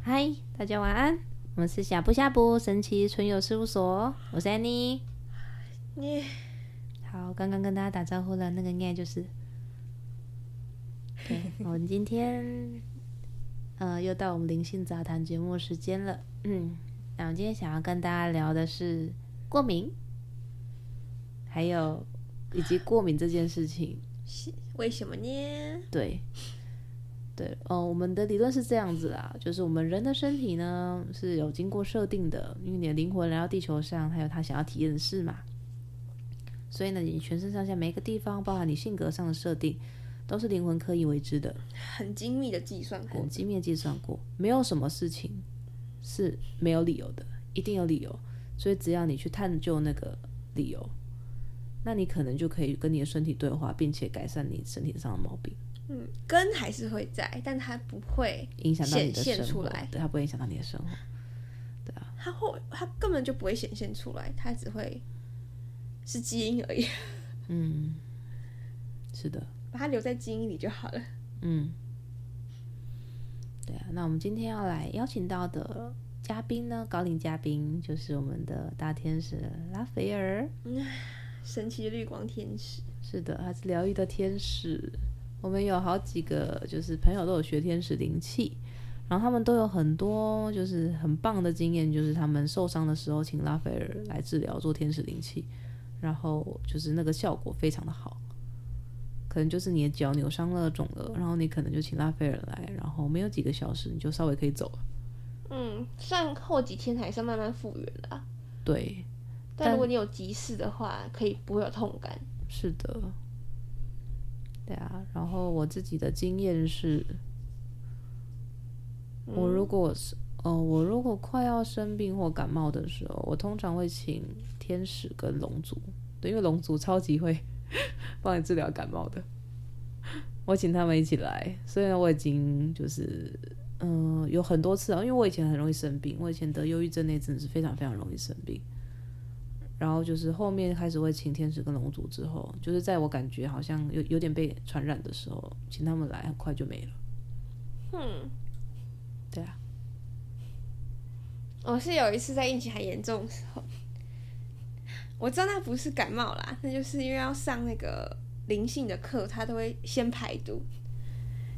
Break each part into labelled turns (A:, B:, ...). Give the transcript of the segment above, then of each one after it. A: 嗨，大家晚安，我们是下不下不神奇存有事务所，我是 Annie。
B: 你
A: 好，刚刚跟大家打招呼了，那个念就是， 对，我们今天呃又到我们灵性杂谈节目时间了，嗯，那我今天想要跟大家聊的是过敏，还有以及过敏这件事情，
B: 是为什么呢？
A: 对，对，呃，我们的理论是这样子啦，就是我们人的身体呢是有经过设定的，因为你的灵魂来到地球上，它有它想要体验的事嘛，所以呢，你全身上下每一个地方，包含你性格上的设定，都是灵魂刻意为之的，
B: 很精密的计算过
A: 很，精密地计算过，没有什么事情是没有理由的，一定有理由，所以只要你去探究那个理由。那你可能就可以跟你的身体对话，并且改善你身体上的毛病。
B: 嗯，根还是会在，但它不会，
A: 影响到你的
B: 显
A: 生
B: 现
A: 活，
B: 出来
A: 对，它不会影响到你的生活。
B: 它会，它根本就不会显现出来，它只会是基因而已，
A: 嗯，是的，
B: 把它留在基因里就好了。
A: 嗯，对啊。那我们今天要来邀请到的嘉宾呢，高龄嘉宾就是我们的大天使拉斐尔。
B: 神奇绿光天使，
A: 是的，他是疗愈的天使。我们有好几个就是朋友都有学天使灵气，然后他们都有很多就是很棒的经验，就是他们受伤的时候请拉斐尔来治疗做天使灵气，然后就是那个效果非常的好。可能就是你的脚扭伤了、肿了，然后你可能就请拉斐尔来，然后没有几个小时你就稍微可以走了。
B: 嗯，算后几天还是要慢慢复原的啊、
A: 对，但
B: 但如果你有急事的话，可以不会有痛感。
A: 是的，对啊。然后我自己的经验是，
B: 嗯
A: 我如果是呃，我如果快要生病或感冒的时候，我通常会请天使跟龙族，对，因为龙族超级会 帮你治疗感冒的。我请他们一起来，所以呢，我已经就是嗯、有很多次啊，因为我以前很容易生病，我以前得忧郁症那阵是非常非常容易生病。然后就是后面开始会请天使跟龙族之后，就是在我感觉好像有有点被传染的时候，请他们来，很快就没了。
B: 嗯，
A: 对啊，
B: 我是有一次在疫情还严重的时候，我知道那不是感冒啦，那就是因为要上那个灵性的课，他都会先排毒。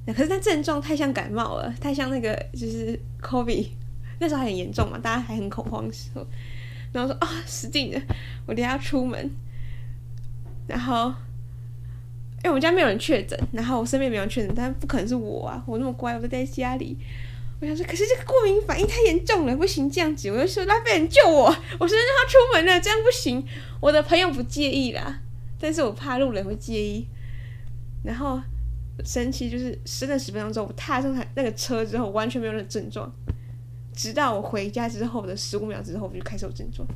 B: 那可是那症状太像感冒了，太像那个就是 COVID，那 时候还很严重嘛，大家还很恐慌的时候，然后说啊、死定了，我等一下要出门，然后。因为我们家没有人确诊，然后我身边没有人确诊，但不可能是我啊！我那么乖，我都待在家里，我想说，可是这个过敏反应太严重了，不行这样子。我就说拉菲人救我，我说让他出门了，这样不行。我的朋友不介意啦，但是我怕路人会介意。然后神奇就是真的十分钟之后，我踏上他那个车之后，完全没有任何症状，直到我回家之后的十五秒之后，我就开始有症状，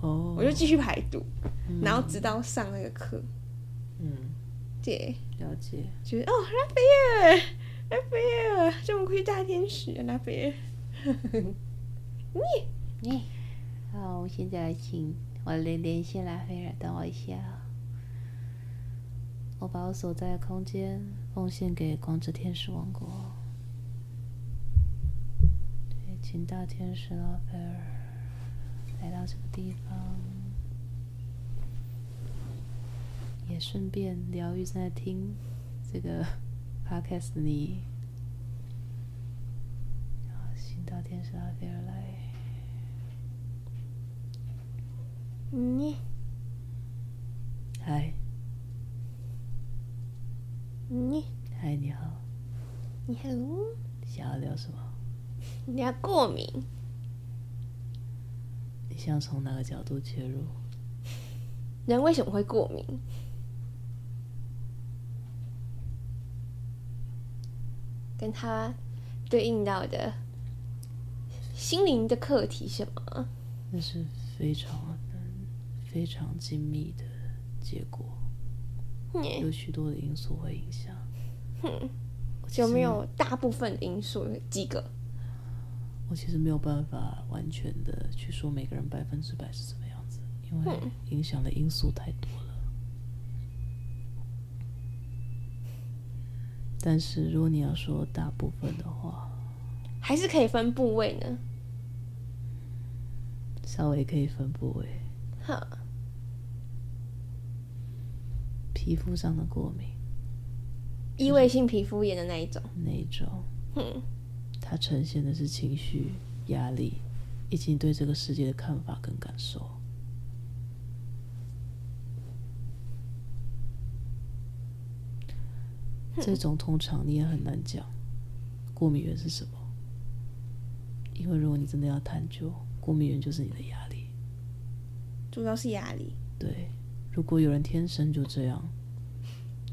A: 哦
B: 我就继续排毒，
A: 嗯
B: 然后直到上那个课，
A: 嗯，
B: 对，
A: 了解。
B: 觉得哦拉菲尔，拉菲尔，这么亏大天使啊拉菲尔。
A: 好，我现在来请我连连线拉斐尔，等我一下哦。我把我所在的空间奉献给光之天使王国。对，请大天使拉斐尔来到这个地方，也顺便疗愈正在听这个 podcast 的你。好，请大天使拉斐尔来。
B: 你
A: 嗨，
B: 你
A: 嗨，你好，
B: 你 hello。
A: 想要聊什么？
B: 你要过敏，
A: 你想从哪个角度切入？
B: 人为什么会过敏？跟他对应到的心灵的课题什么？
A: 那是非常非常精密的结果，
B: 嗯
A: 有许多的因素会影响。
B: 哼
A: 我其
B: 有没
A: 实？
B: 有大部分的因素？几个？
A: 我我其实没有办法完全的去说每个人百分之百是怎么样子，因为
B: 嗯
A: 影响的因素太多了。但是如果你要说大部分的话，
B: 还是可以分部位呢。
A: 稍微可以分部位，
B: 哈，
A: 皮肤上的过敏
B: 异位性皮肤炎的那一种。
A: 那一种，
B: 嗯，
A: 它呈现的是情绪、压力，以及你对这个世界的看法跟感受。这种通常你也很难讲，过敏源是什么？因为如果你真的要探究，过敏源就是你的压力。
B: 主要是压力。
A: 对，如果有人天生就这样，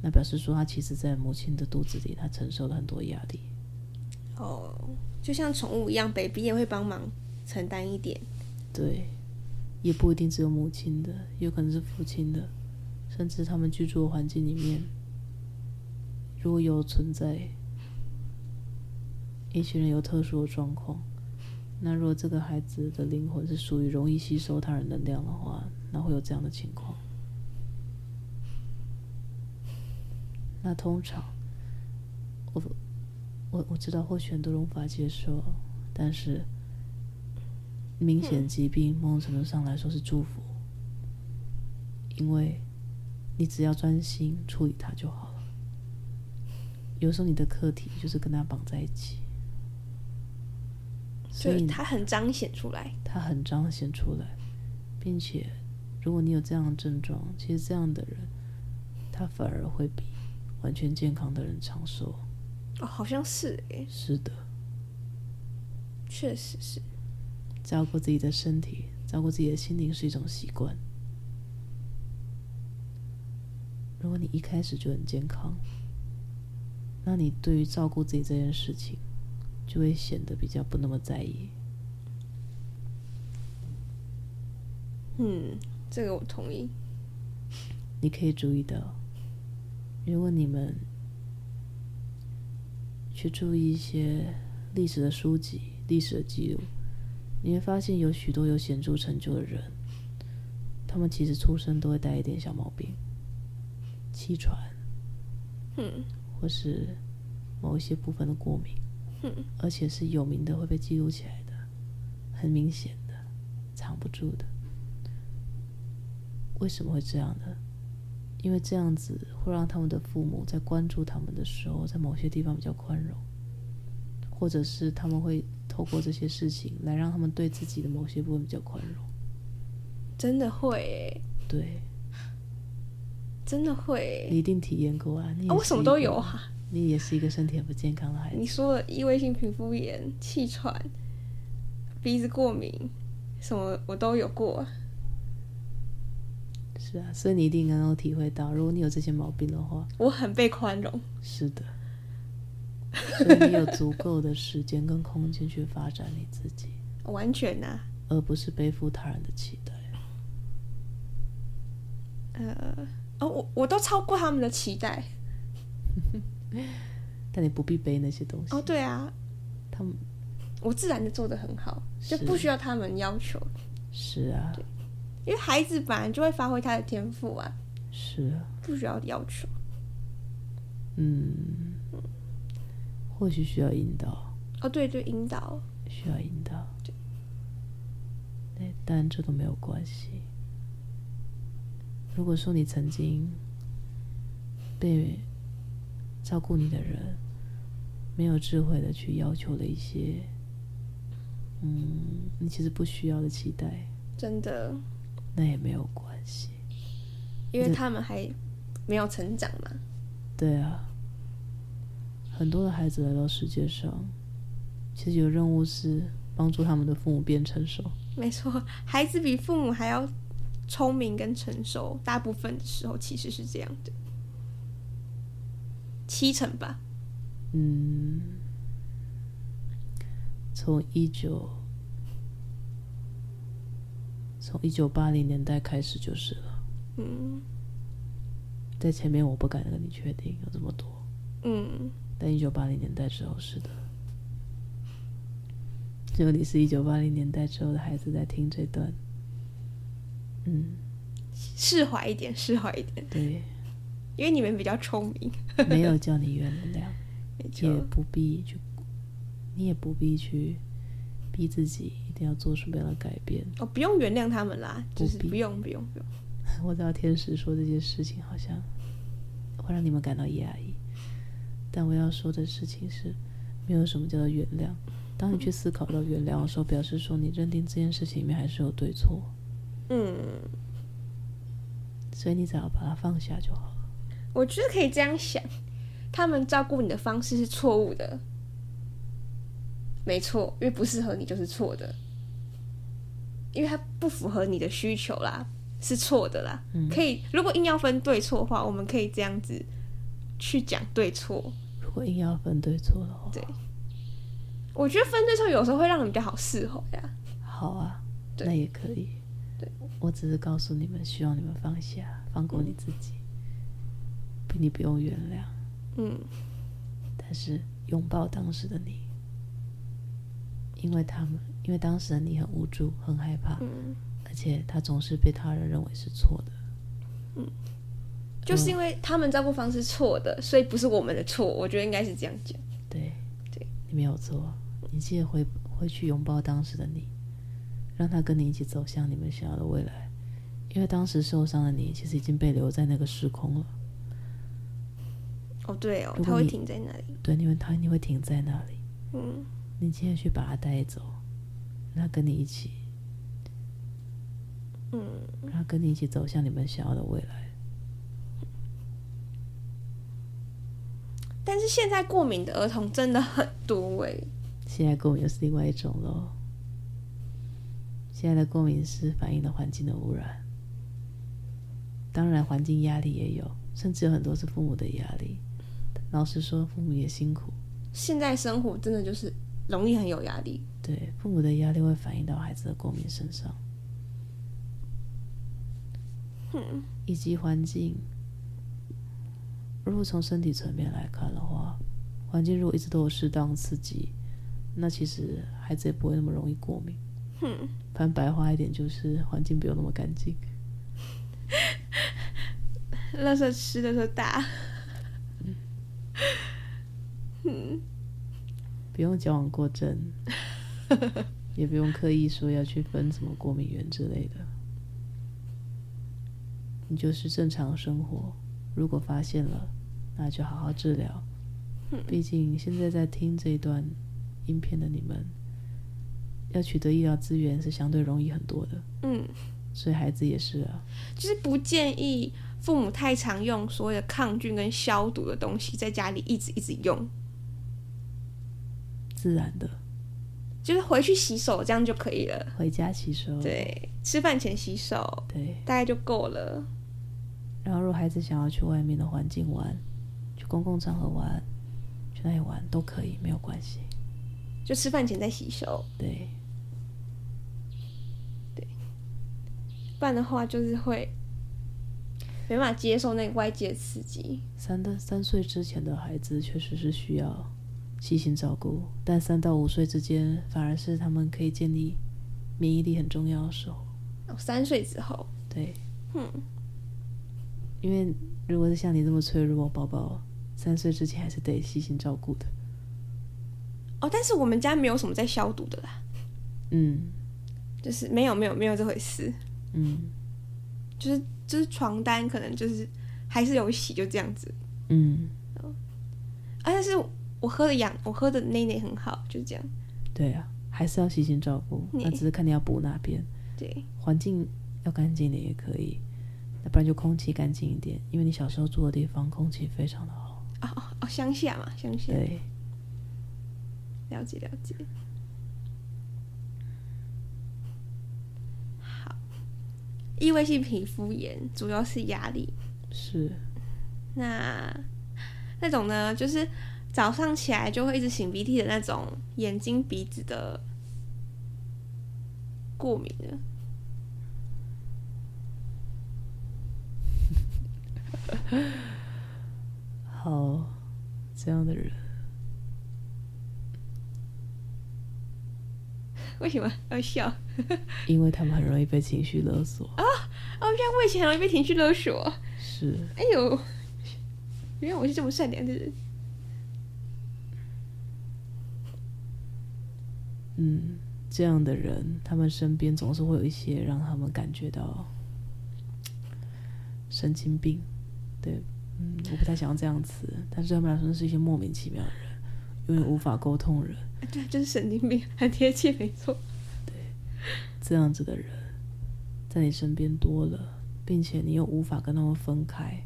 A: 那表示说他其实在母亲的肚子里，他承受了很多压力。
B: 哦，就像宠物一样，baby 也会帮忙承担一点。
A: 对，也不一定只有母亲的，也有可能是父亲的，甚至他们居住的环境里面，如果有存在一群人有特殊的状况，那如果这个孩子的灵魂是属于容易吸收他人能量的话，那会有这样的情况。那通常，我我我知道，或许很多人无法接受，但是明显疾病某种程度上来说是祝福，因为你只要专心处理它就好了。有时候你的课题就是跟它绑在一起，所
B: 就
A: 以
B: 是它很彰显出来。
A: 它很彰显出来，并且如果你有这样的症状，其实这样的人，他反而会比完全健康的人长寿。
B: 哦，好像是诶，
A: 是的，
B: 确实是。
A: 照顾自己的身体，照顾自己的心灵是一种习惯。如果你一开始就很健康，那你对于照顾自己这件事情，就会显得比较不那么在意。
B: 嗯，这个我同意。
A: 你可以注意到，如果你们去注意一些历史的书籍、历史的记录，你会发现有许多有显著成就的人，他们其实出生都会带一点小毛病，气喘，
B: 嗯，
A: 或是某一些部分的过敏，
B: 嗯，
A: 而且是有名的会被记录起来的，很明显的，藏不住的。为什么会这样呢？因为这样子会让他们的父母在关注他们的时候，在某些地方比较宽容，或者是他们会透过这些事情来让他们对自己的某些部分比较宽容。
B: 真的会诶，
A: 对
B: 真的会诶。
A: 你一定体验过啊！你也
B: 啊，我
A: 是
B: 什么
A: 一
B: 都
A: 个
B: 有，啊。
A: 你也是一个身体很不健康的孩子
B: 你。说了异位性皮肤炎、气喘、鼻子过敏，什么我都有过。
A: 是啊，所以你一定能够体会到，如果你有这些毛病的话，
B: 我很被宽容。
A: 是的，所以你有足够的时间跟空间去发展你自己，
B: 完全啊呐、
A: 而不是背负他人的期待。
B: 呃，哦，我我都超过他们的期待。
A: 但你不必背那些东西，
B: 哦，对啊，
A: 他们
B: 我自然的做的很好，就是不需要他们要求，
A: 是啊，
B: 因为孩子本来就会发挥他的天赋啊，
A: 是啊，
B: 不需要要求。
A: 嗯，或许需要引导，
B: 哦，对对，引导
A: 需要引导，对，但这都没有关系。如果说你曾经被照顾你的人没有智慧的去要求了一些，嗯，你其实不需要的期待，
B: 真的，
A: 那也没有关系。
B: 因为他们还没有成长嘛。
A: 对啊，很多的孩子来到世界上，其实有任务是帮助他们的父母变成熟。
B: 没错，孩子比父母还要聪明跟成熟，大部分的时候其实是这样的，七成吧。
A: 嗯，从一九从一九八零年代开始就是了，
B: 嗯
A: 在前面我不敢跟你确定有这么多，
B: 嗯，
A: 但一九八零年代之后是的。如果你是一九八零年代之后的孩子在听这段，嗯，
B: 释怀一点，释怀一点，
A: 对，
B: 因为你们比较聪明，
A: 没有叫你原谅，
B: 没
A: 也
B: 错，
A: 不必去，你也不必去逼自己一定要做什么样的改变。
B: 哦，不用原谅他们啦，
A: 不
B: 就是
A: 必
B: 不用，不用，不用。
A: 我知道天使说这件事情好像会让你们感到压抑，但我要说的事情是，没有什么叫做原谅。当你去思考到原谅的时候，表示说你认定这件事情里面还是有对错，
B: 嗯，
A: 所以你只要把它放下就好了。
B: 我觉得可以这样想，他们照顾你的方式是错误的，没错，因为不适合你就是错的，因为它不符合你的需求啦，是错的啦。
A: 嗯
B: 可以，如果硬要分对错的话，我们可以这样子去讲对错。
A: 如果硬要分对错的话，
B: 对我觉得分对错有时候会让人比较好伺候呀。
A: 好啊，
B: 对
A: 那也可以。
B: 对，
A: 我只是告诉你们，希望你们放下，放过你自己，不你不用原谅，
B: 嗯，
A: 但是拥抱当时的你，因为他们，因为当时的你很无助，很害怕，
B: 嗯
A: 而且他总是被他人认为是错的。
B: 就是因
A: 嗯
B: 为他们照顾方式错的，所以不是我们的错。我觉得应该是这样讲。
A: 对，
B: 对，
A: 你没有错，啊你记得回回去拥抱当时的你，让他跟你一起走向你们想要的未来，因为当时受伤的你其实已经被留在那个时空了。
B: 哦，对哦，
A: 如
B: 他
A: 果
B: 会
A: 你
B: 停在那里。
A: 对，你会他你会停在那里，
B: 嗯，
A: 你今天去把他带走，让他跟你一起，
B: 嗯，
A: 让他跟你一起走向你们想要的未来。
B: 但是现在过敏的儿童真的很多哎、
A: 现在过敏又是另外一种喽。现在的过敏是反映了环境的污染，当然环境压力也有，甚至有很多是父母的压力。老实说，父母也辛苦，
B: 现在生活真的就是容易很有压力。
A: 对父母的压力会反映到孩子的过敏身上，
B: 嗯
A: 以及环境。如果从身体层面来看的话，环境如果一直都有适当刺激，那其实孩子也不会那么容易过敏。
B: 哼，
A: 反白话一点，就是环境不用那么干净。
B: 垃圾吃的时候大，
A: 不用矫枉过正， 也不用刻意说要去分什么过敏源之类的。你就是正常生活，如果发现了，那就好好治疗。
B: 嗯
A: 毕竟现在在听这一段影片的你们，要取得医疗资源是相对容易很多的，
B: 嗯，
A: 所以孩子也是啊。
B: 就是不建议父母太常用所有的抗菌跟消毒的东西在家里一直一直用，
A: 自然的
B: 就是回去洗手这样就可以了。
A: 回家吸收，
B: 对，吃饭前洗手，
A: 对，
B: 大概就够了。
A: 然后，如果孩子想要去外面的环境玩，去公共场合玩，去哪里玩都可以，没有关系。
B: 就吃饭前再洗手，
A: 对，
B: 不然的话就是会没办法接受那个外界的刺激。
A: 三到三岁之前的孩子确实是需要细心照顾，但三到五岁之间反而是他们可以建立免疫力很重要的时候。
B: 哦三岁之后，
A: 对，
B: 嗯，
A: 因为如果是像你这么脆弱，宝宝三岁之前还是得细心照顾的。
B: 哦，但是我们家没有什么在消毒的啦。
A: 嗯
B: 就是没有没有没有这回事，
A: 嗯
B: 就是就是床单可能就是还是有洗，就这样子。
A: 嗯，
B: 啊，但是我喝的养我喝的奶奶很好，就这样。
A: 对啊，还是要细心照顾，
B: 你
A: 那只是看你要补哪边。
B: 对，
A: 环境要干净一点也可以，那不然就空气干净一点，因为你小时候住的地方空气非常的好。
B: 哦哦哦，乡下嘛，乡下，
A: 对，
B: 了解了解。好，异位性皮肤炎主要是压力，
A: 是，
B: 那那种呢，就是早上起来就会一直擤鼻涕的那种，眼睛鼻子的过敏的。
A: 好，这样的人，
B: 为什么要笑？
A: 因为他们很容易被情绪勒索。
B: 哦，这样我以前很容易被情绪勒索。
A: 是，
B: 哎呦，原来我是这么善良的人。
A: 嗯，这样的人，他们身边总是会有一些让他们感觉到神经病。对，嗯，我不太想用这样的词，但是他们来说是一些莫名其妙的人，永远无法沟通的人。
B: 啊对啊，就是神经病，很贴切，没错。
A: 这样子的人在你身边多了，并且你又无法跟他们分开，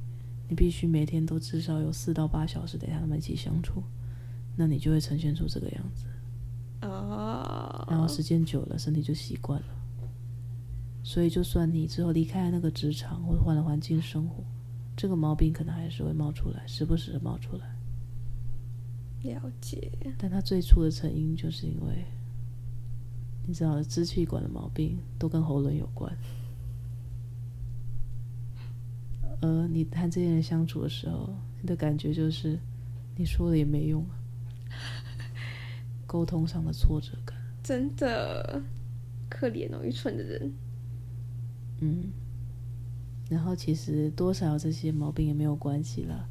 A: 你必须每天都至少有四到八小时得和他们一起相处，那你就会呈现出这个样子。
B: 哦，
A: 然后时间久了，身体就习惯了。所以，就算你之后离开了那个职场，或者换了环境生活，这个毛病可能还是会冒出来，时不时的冒出来。
B: 了解。
A: 但它最初的成因，就是因为你知道，支气管的毛病都跟喉咙有关。而你和这些人相处的时候，你的感觉就是，你说了也没用啊，沟通上的挫折感。
B: 真的可怜哦，愚蠢的人。
A: 嗯，然后其实多少有这些毛病也没有关系啦，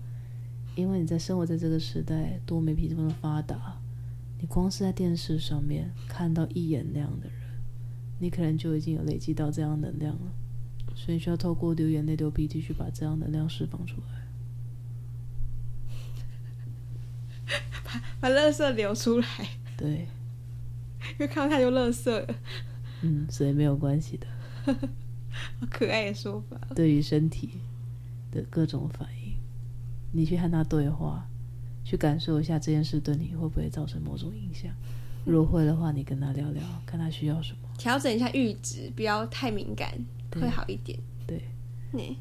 A: 因为你在生活在这个时代，多媒体这么发达，你光是在电视上面看到一眼那样的人，你可能就已经有累积到这样能量了，所以需要透过流眼泪、流鼻涕去把这样能量释放出来。
B: 把垃圾流出来，
A: 对，
B: 因为看到太多垃圾了，
A: 嗯，所以没有关系的。
B: 好可爱的说法。
A: 对于身体的各种反应，你去和他对话，去感受一下这件事对你会不会造成某种影响。如果会的话，你跟他聊聊，看他需要什么。
B: 调整一下阈值，不要太敏感，
A: 对
B: 会好一点。嗯
A: 对，
B: 你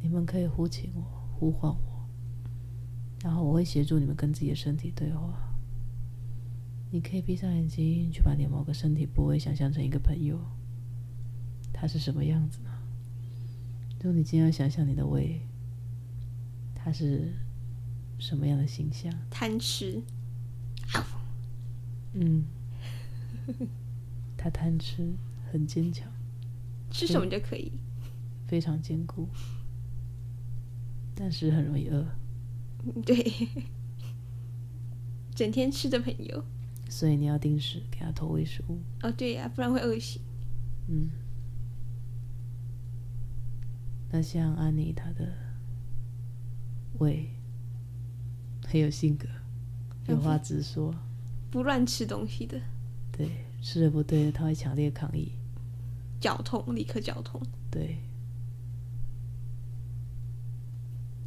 A: 你们可以呼请我，呼唤我，然后我会协助你们跟自己的身体对话。你可以闭上眼睛，去把你的某个身体部位想象成一个朋友，他是什么样子呢？如果你今天要想象你的胃，它是什么样的形象？
B: 贪吃，
A: 嗯，他贪吃，很坚强，
B: 吃什么就可以。
A: 非常坚固，但是很容易饿，
B: 嗯对，整天吃的朋友。
A: 所以你要定时给他投喂食物。
B: 哦，对呀、不然会饿醒。
A: 嗯，那像安妮，她的胃很有性格，有话直说，
B: 不乱吃东西的，
A: 对，吃的不对的她会强烈抗议，
B: 绞痛，立刻绞痛。
A: 对，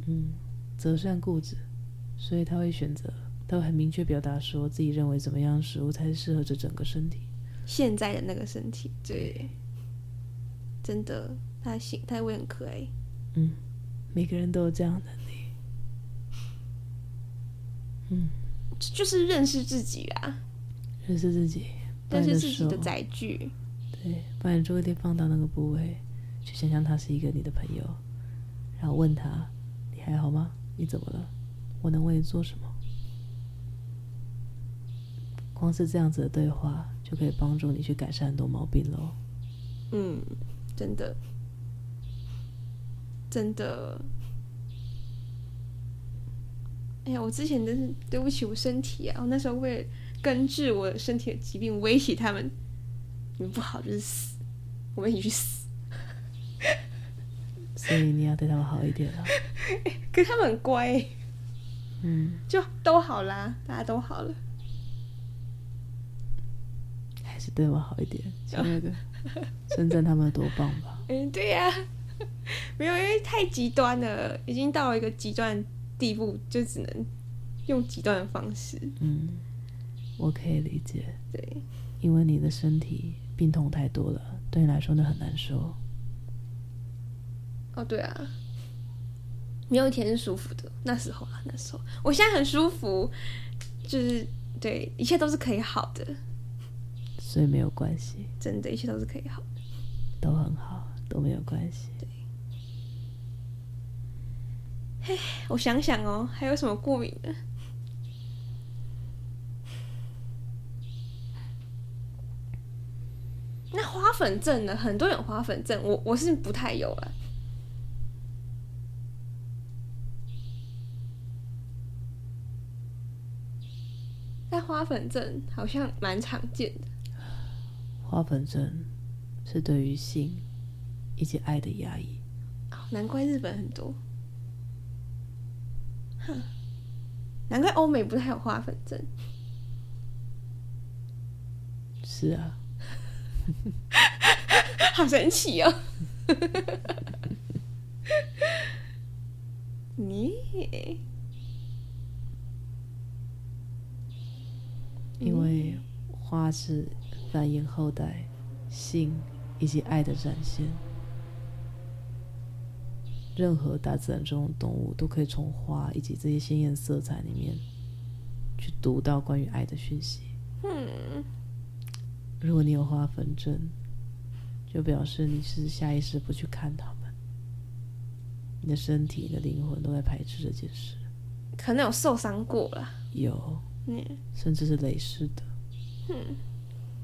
A: 嗯，择善固执，所以他会选择，他会很明确表达说自己认为怎么样的食物才是适合这整个身体。
B: 现在的那个身体，对，真的，他醒，他会很可爱。
A: 每个人都有这样的能力，
B: 就就是认识自己啦，
A: 认识自己，把
B: 认
A: 你的
B: 识自己
A: 手
B: 的，载具。
A: 对，把你的注意力放到那个部位，去想象他是一个你的朋友，然后问他：“你还好吗？你怎么了？我能为你做什么？”光是这样子的对话，就可以帮助你去改善很多毛病喽。
B: 嗯，真的，真的。哎呀，我之前真是对不起我身体啊！我那时候为了根治我身体的疾病，威胁他们，你们不好就是死，我们一起去死。
A: 所以你要对他们好一点啊了。
B: 可是他们很乖、欸
A: 嗯，
B: 就都好啦，大家都好了。
A: 还是对我好一点，亲爱的， 称赞他们多棒吧。
B: 嗯，对呀、 没有，因为太极端了，已经到了一个极端的地步，就只能用极端的方式。
A: 嗯，我可以理解，
B: 对，
A: 因为你的身体病痛太多了，对你来说那很难受。
B: 哦，对啊，没有一天是舒服的。那时候啊，那时候，我现在很舒服，就是对，一切都是可以好的，
A: 所以没有关系，
B: 真的，一切都是可以好的。
A: 都很好，都没有关系。
B: 我想想哦，还有什么过敏呢？那花粉症呢？很多人有花粉症，我我是不太有了。但花粉症好像蛮常见的。
A: 花粉症是对于性以及爱的压抑。
B: 哦，难怪日本很多，哼，难怪欧美不太有花粉症。
A: 是啊，
B: 好神奇哦！ 你
A: 因为花是繁衍后代、性以及爱的展现。任何大自然中的动物都可以从花以及这些鲜艳色彩里面去读到关于爱的讯息。嗯，如果你有花粉症，就表示你是下意识不去看它们，你的身体、你的灵魂都在排斥这件事。
B: 可能有受伤过了，
A: 有，
B: 嗯
A: 甚至是累世的。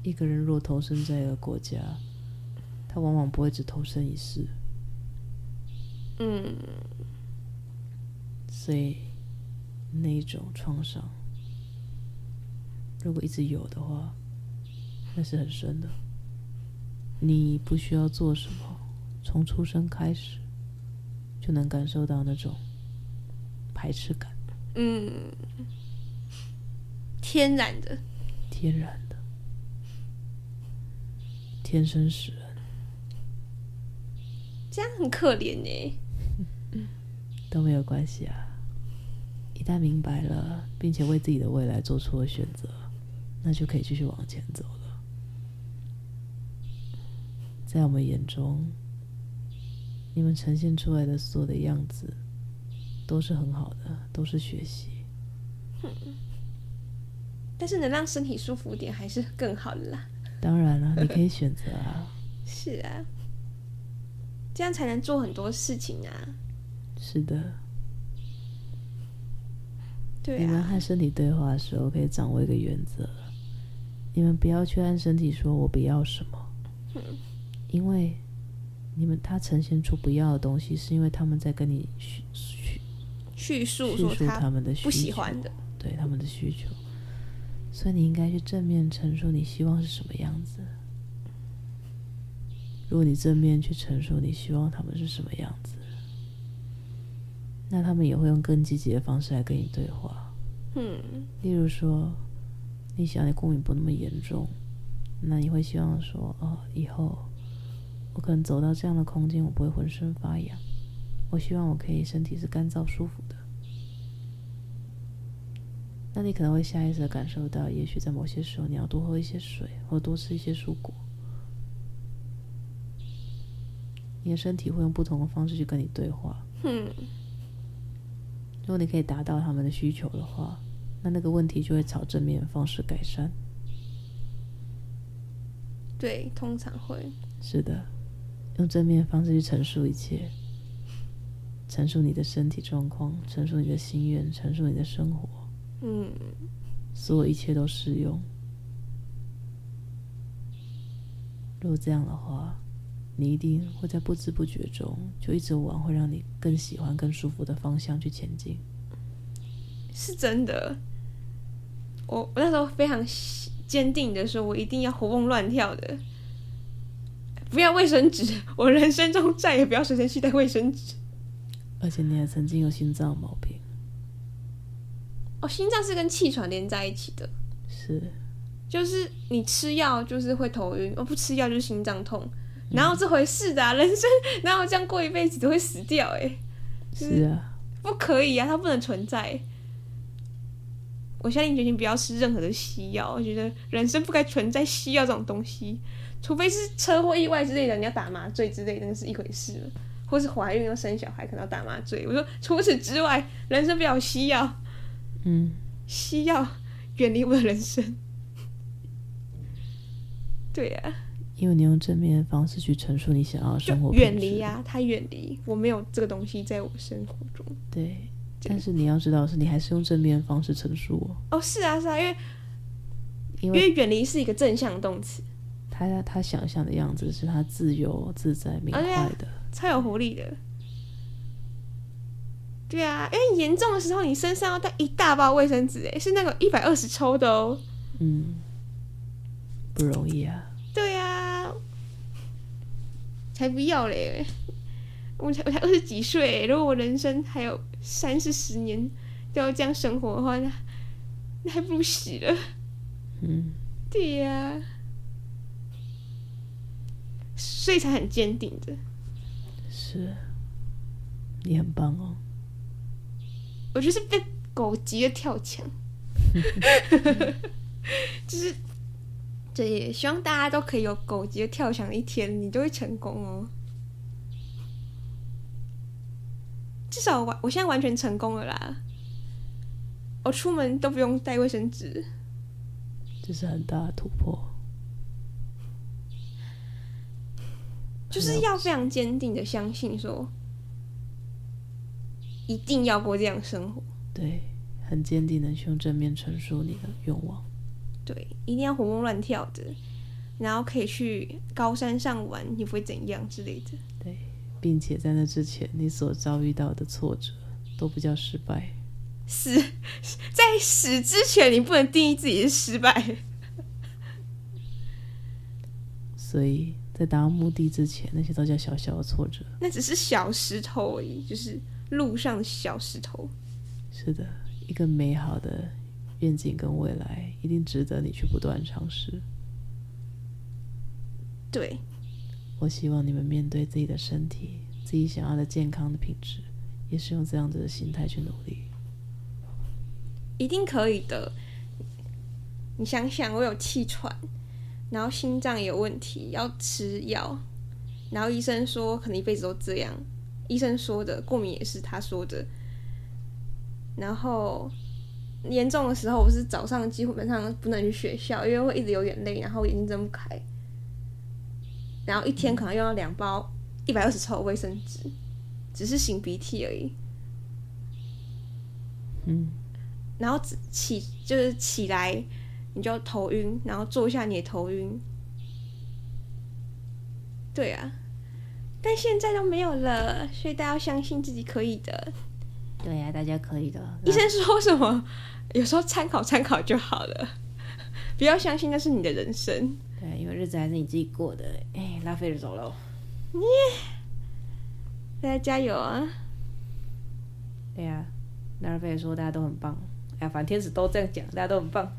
A: 一个人若投身在一个国家，他往往不会只投身一世，
B: 嗯，
A: 所以那一种创伤，如果一直有的话，那是很深的。你不需要做什么，从出生开始就能感受到那种排斥感，
B: 嗯天然的，
A: 天然的，天生使然。
B: 这样很可怜呢、
A: 都没有关系啊。一旦明白了，并且为自己的未来做出了选择，那就可以继续往前走了。在我们眼中，你们呈现出来的所有的样子都是很好的，都是学习。
B: 但是能让身体舒服一点还是更好的啦。
A: 当然了，你可以选择啊。
B: 是啊，这样才能做很多事情啊。
A: 是的，
B: 对
A: 你们
B: 啊，
A: 和身体对话的时候，可以掌握一个原则：你们不要去按身体说“我不要什么”，
B: 嗯
A: 因为你们他呈现出不要的东西，是因为他们在跟你叙叙
B: 叙述
A: 叙
B: 说
A: 述
B: 他
A: 他们的需求，
B: 不喜欢的，
A: 对他们的需求，所以你应该去正面陈述你希望是什么样子。如果你正面去陈述你希望他们是什么样子，那他们也会用更积极的方式来跟你对话。
B: 嗯，
A: 例如说，你想你过敏不那么严重，那你会希望说，哦，以后我可能走到这样的空间，我不会浑身发痒，我希望我可以身体是干燥舒服的。那你可能会下意识的感受到，也许在某些时候你要多喝一些水，或多吃一些蔬果。你的身体会用不同的方式去跟你对话。
B: 嗯，
A: 如果你可以达到他们的需求的话，那那个问题就会朝正面的方式改善。
B: 对，通常会，
A: 是的，用正面的方式去陈述一切，陈述你的身体状况，陈述你的心愿，陈述你的生活，
B: 嗯，
A: 所有一切都适用。如果这样的话，你一定会在不知不觉中就一直往会让你更喜欢、更舒服的方向去前进。
B: 是真的。我我那时候非常坚定的说，我一定要活蹦乱跳的，不要卫生纸，我人生中再也不要随身携带卫生纸。
A: 而且你还曾经有心脏毛病，
B: 哦，心脏是跟气喘连在一起的，
A: 是
B: 就是你吃药就是会头晕，哦不吃药就是心脏痛，哪有这回事的、啊？人生哪有这样过一辈子都会死掉、欸？
A: 是啊，
B: 不可以啊，它不能存在。我下定决心不要吃任何的西药，我觉得人生不该存在西药这种东西，除非是车祸意外之类的，你要打麻醉之类的，那是一回事了或是怀孕要生小孩，可能要打麻醉。我说除此之外，人生不要有西药，
A: 嗯，
B: 西药远离我的人生。对啊呀、
A: 因为你用正面的方式去陈述你想要的
B: 就
A: 生活品
B: 远离
A: 质
B: 呀、它远离，我没有这个东西在我生活中。
A: 对，
B: 对
A: 但是你要知道的是，你还是用正面的方式陈述我，
B: 哦，是啊，是啊，因为
A: 因
B: 因
A: 为
B: 为远离是一个正向动词。
A: 它他他想象的样子是他自由自在明
B: 啊对啊
A: 快的，
B: 超有活力的。对啊，因为严重的时候，你身上要带一大包卫生纸，哎，是那个一百二十抽的哦。
A: 嗯，不容易啊。
B: 对啊，才不要嘞！我才我才二十几岁，欸如果我人生还有三四十年都要这样生活的话，那那还不如死了。
A: 嗯，
B: 对啊呀、所以才很坚定的。
A: 是，你很棒哦。
B: 我就是被狗急着跳墙， 就是，这也希望大家都可以有狗急着跳墙的一天，你就会成功哦。至少我完，我现在完全成功了啦。我出门都不用带卫生纸，
A: 这是很大的突破。
B: 就是要非常坚定的相信说，一定要过这样生活。
A: 对，很坚定的用正面陈述你的愿望。
B: 对，一定要活蹦乱跳的，然后可以去高山上玩，你不会怎样之类的。
A: 对，并且在那之前，你所遭遇到的挫折都不叫失败。
B: 死 在死之前，你不能定义自己是失败。
A: 所以在达到目的之前，那些都叫小小的挫折。
B: 那只是小石头而已，就是路上的小石头。
A: 是的，一个美好的愿景跟未来，一定值得你去不断尝试。
B: 对，
A: 我希望你们面对自己的身体，自己想要的健康的品质，也是用这样子的心态去努力。
B: 一定可以的。你想想，我有气喘，然后心脏也有问题，要吃药，然后医生说可能一辈子都这样，医生说的，过敏也是他说的。然后严重的时候，我是早上基本上不能去学校，因为会一直有眼泪，然后眼睛睁不开，然后一天可能用到两包一百二十抽的卫生纸，只是擤鼻涕而已。
A: 嗯，
B: 然后只起就是起来你就头晕，然后坐下你也头晕。对啊，但现在都没有了，所以大家要相信自己可以的。
A: 对呀、大家可以的
B: 医生说什么，有时候参考参考就好了， 不要相信那是你的人生。
A: 对，因为日子还是你自己过的。哎，拉菲尔走了。
B: 大家加油啊！
A: 对呀、哎拉菲尔说大家都很棒。哎呀，反正天使都这样讲，大家都很棒，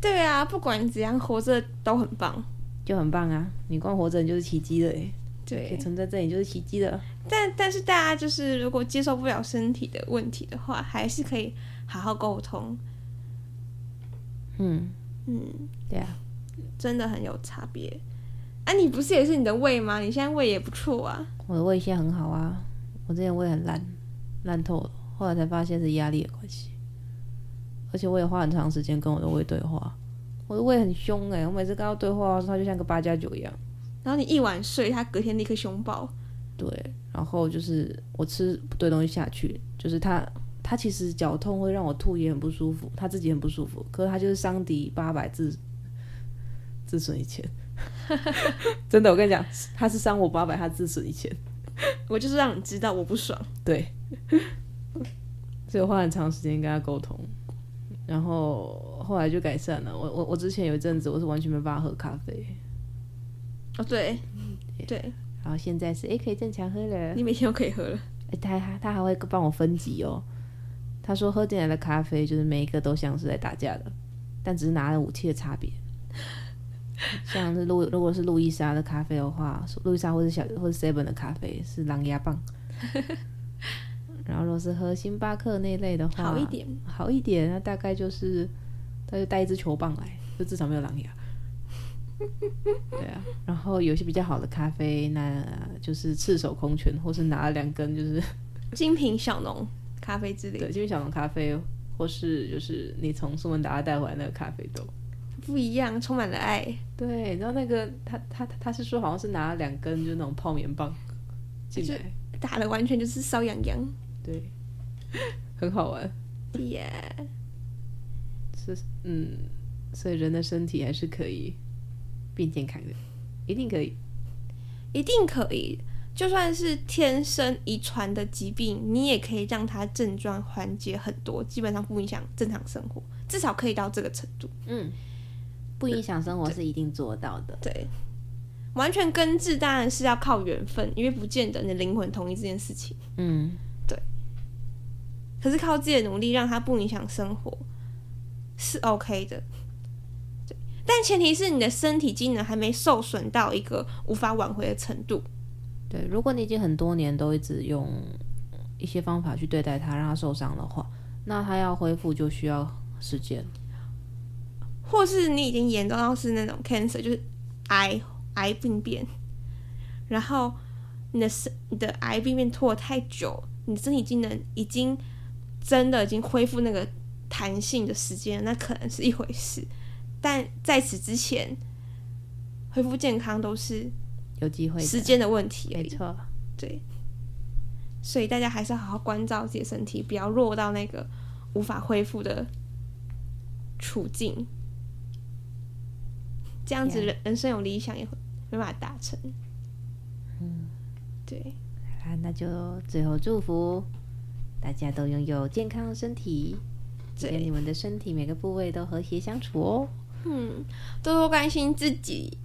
B: 对啊，不管怎样活着都很棒。
A: 就很棒啊！你光活着你就是奇迹了，哎，可以
B: 对，
A: 存在这里就是奇迹了。
B: 但但是大家就是如果接受不了身体的问题的话，还是可以好好沟通。
A: 嗯，
B: 嗯。
A: 对呀、
B: 真的很有差别。啊，你不是也是你的胃吗？你现在胃也不错啊。
A: 我的胃现在很好啊，我之前胃很烂，烂透了，后来才发现是压力的关系，而且我也花很长时间跟我的胃对话，我的胃很凶哎、我每次跟他对话的时候，它就像个八加九一样。
B: 然后你一晚睡，它隔天立刻凶暴。
A: 对，然后就是我吃不对东西下去，就是它它其实绞痛会让我吐也很不舒服，它自己很不舒服，可是它就是伤敌八百自自损一千， 真的我跟你讲，它是伤我八百，它自损一千。
B: 我就是让你知道我不爽。
A: 对，所以我花很长时间跟他沟通，然后后来就改善了。我我我之前有一阵子我是完全没办法喝咖啡，
B: 哦，对，对
A: 然后现在是诶可以正常喝了。
B: 你每天都可以喝了。
A: 诶他还他还会帮我分级哦。他说喝进来的咖啡就是每一个都像是在打架的，但只是拿了武器的差 别。像是路如果是路易莎的咖啡的话，路易莎或是小或是 Seven 的咖啡是狼牙 棒。然后如果是喝星巴克那类的话，
B: 好一点，
A: 好啊一点，那大概就是他就带一支球棒来，就至少没有狼牙。 对啊，然后有些比较好的咖啡，那就是赤手空拳，或是拿了两根，就是
B: 精品小农咖啡之类的
A: 对，就是小农咖啡，或是就是你从苏门答腊带回来那个咖啡豆。
B: 不一样，充满了爱。
A: 对，然后那个他他他他是说好像是拿了两根，就是那种泡棉棒进来，
B: 打了完全就是瘙痒痒。
A: 对，很好玩。
B: 耶、
A: 嗯，所以人的身体还是可以变健康的，一定可以。
B: 一定可以。就算是天生遗传的疾病，你也可以让它症状缓解很多，基本上不影响正常生活，至少可以到这个程度。
A: 嗯，不影响生活是一定做到的。
B: 对，完全根治当然是要靠缘分，因为不见得你的灵魂同意这件事情。
A: 嗯，
B: 可是靠自己的努力让它不影响生活是 OK 的。对，但前提是你的身体机能还没受损到一个无法挽回的程度。
A: 对。如果你已经很多年都一直用一些方法去对待它，让它受伤的话，那它要恢复就需要时间。
B: 或是你已经严重到是那种 cancer，就是癌癌病变，然后你的身你的癌病变拖得太久，你身体机能已经真的已经恢复那个弹性的时间，那可能是一回事。但在此之前，恢复健康都是
A: 有机会的，
B: 时间的问题而
A: 没
B: 已。
A: 错。
B: 对，所以大家还是要好好关照自己的身体，不要落到那个无法恢复的处境。这样子
A: Yeah
B: 人人生有理想也会没办法达成。嗯，对，
A: 好啦，那就最后祝福大家都拥有健康的身体，
B: 对
A: 跟你们的身体每个部位都和谐相处哦。
B: 嗯，多多关心自己，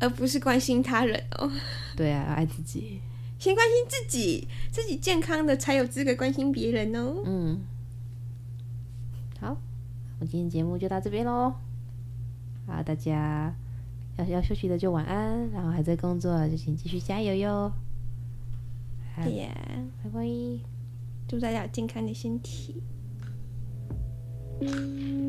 B: 而不是关心他人哦。
A: 对啊，要爱自己。
B: 先关心自己，自己健康的才有资格关心别人哦。
A: 嗯，好，我今天节目就到这边喽。好，大家要要休息的就晚安，然后还在工作的就请继续加油哟。好
B: 对呀、
A: 拜拜。
B: 祝大家有健康的身体。嗯